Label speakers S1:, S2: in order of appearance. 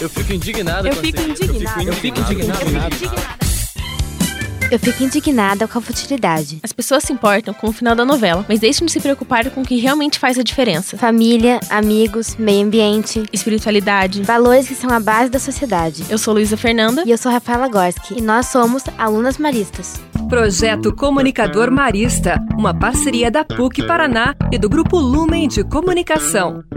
S1: Eu fico indignado
S2: Eu
S1: com
S2: fico
S1: essa-
S2: indignada.
S1: Eu fico indignado.
S3: Eu fico indignada com a futilidade.
S2: As pessoas se importam com o final da novela, mas deixam de se preocupar com o que realmente faz a diferença.
S3: Família, amigos, meio ambiente,
S2: Espiritualidade.
S3: valores que são a base da sociedade.
S2: Eu sou Luísa Fernanda.
S3: E eu sou a Rafaela Gorski e nós somos alunas maristas.
S4: Projeto Comunicador Marista, uma parceria da PUC Paraná e do Grupo Lumen de Comunicação.